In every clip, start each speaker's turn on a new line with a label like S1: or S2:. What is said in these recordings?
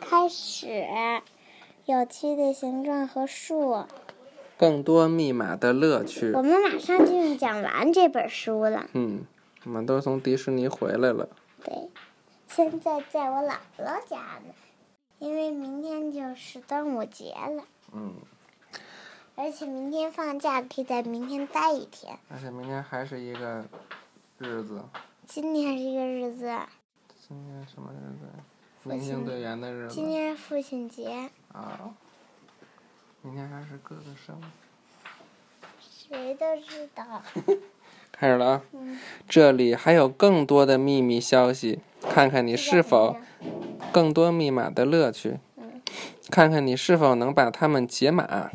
S1: 开始，有趣的形状和数。
S2: 更多密码的乐趣
S1: 我。们马上就要讲完这本书了。
S2: 嗯，我们都从迪士尼回来了。
S1: 对，现在在我姥姥家呢，因为明天就是端午节了，
S2: 嗯，
S1: 而且明天放假，可以在明天待一天。
S2: 而且明天还是一个日子，
S1: 今天是一个日子，
S2: 今天什么日子？
S1: 父
S2: 明星
S1: 亲
S2: 队员的日
S1: 今
S2: 子
S1: 天是父亲节，
S2: 啊。明天还是哥哥生日。
S1: 谁都知道。
S2: 开始了啊！
S1: 嗯，
S2: 这里还有更多的秘密消息，看看你是否更多密码的乐趣
S1: 嗯，
S2: 看看你是否能把它们解码。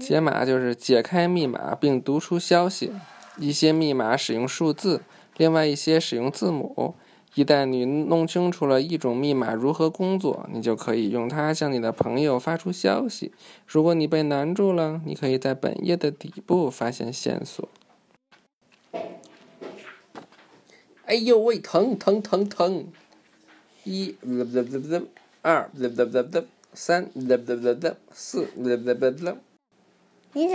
S2: 解码就是解开密码并读出消息，一些密码使用数字，另外一些使用字母。一旦你弄清楚了一种密码如何工作，你就可以用它向你的朋友发出消息。如果你被难住了，你可以在本页的底部发现线索。哎呦喂，疼疼疼疼！一，二，三，四，
S1: 你怎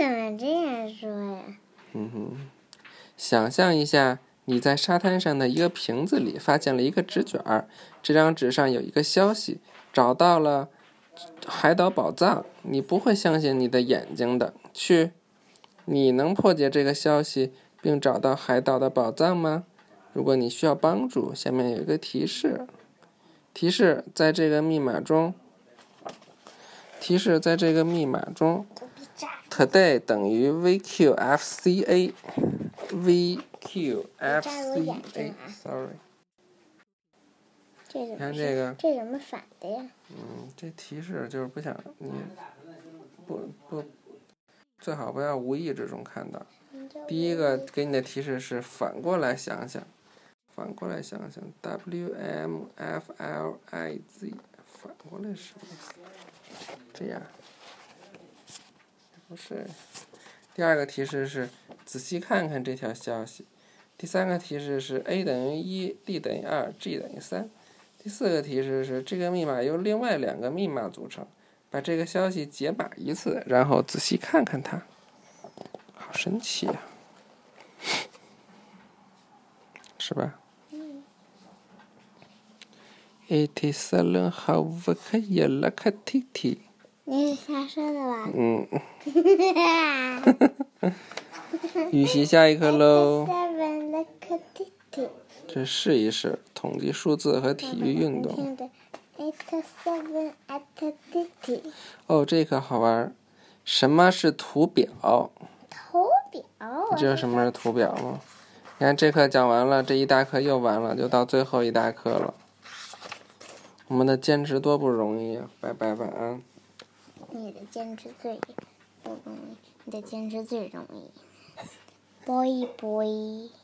S1: 么这样说呀？
S2: 嗯哼，想象一下，你在沙滩上的一个瓶子里发现了一个纸卷儿，这张纸上有一个消息，找到了海岛宝藏。你不会相信你的眼睛的，去，你能破解这个消息并找到海岛的宝藏吗？如果你需要帮助，下面有一个提示，提示在这个密码中，提示在这个密码中。
S1: 都被炸
S2: today 等于 VQFCA VQFCA
S1: 睛啊
S2: sorry，
S1: 这怎
S2: 你
S1: 么
S2: 看
S1: 是
S2: 这个，
S1: 这怎么反的呀？
S2: 嗯，这提示就是不想你不不最好不要无意之中看到。第一个给你的提示是反过来想想，反过来想想 W M F L I Z 反过来是什么意思？这样不是。第二个提示是仔细看看这条消息。第三个提示是 a 等于一，d 等于二，g 等于三。第四个提示是这个密码由另外两个密码组成，把这个消息解码一次，然后仔细看看它。好神奇啊呀、是吧？It is a l o n how we can y l k a t i t
S1: 你是瞎说的吧？
S2: 嗯，预习下一课喽。
S1: Seven look at it.
S2: 这试一试统计数字和体育运动。
S1: 听着，Eight seven at it.
S2: 哦，这个好玩儿。什么是图表？
S1: 图表，
S2: 你知道什么是图表吗？你看这课讲完了，这一大课又完了，就到最后一大课了。我们的坚持多不容易啊！拜拜，晚安。
S1: 你的坚持最不容易，你的坚持最容易。Boy boy。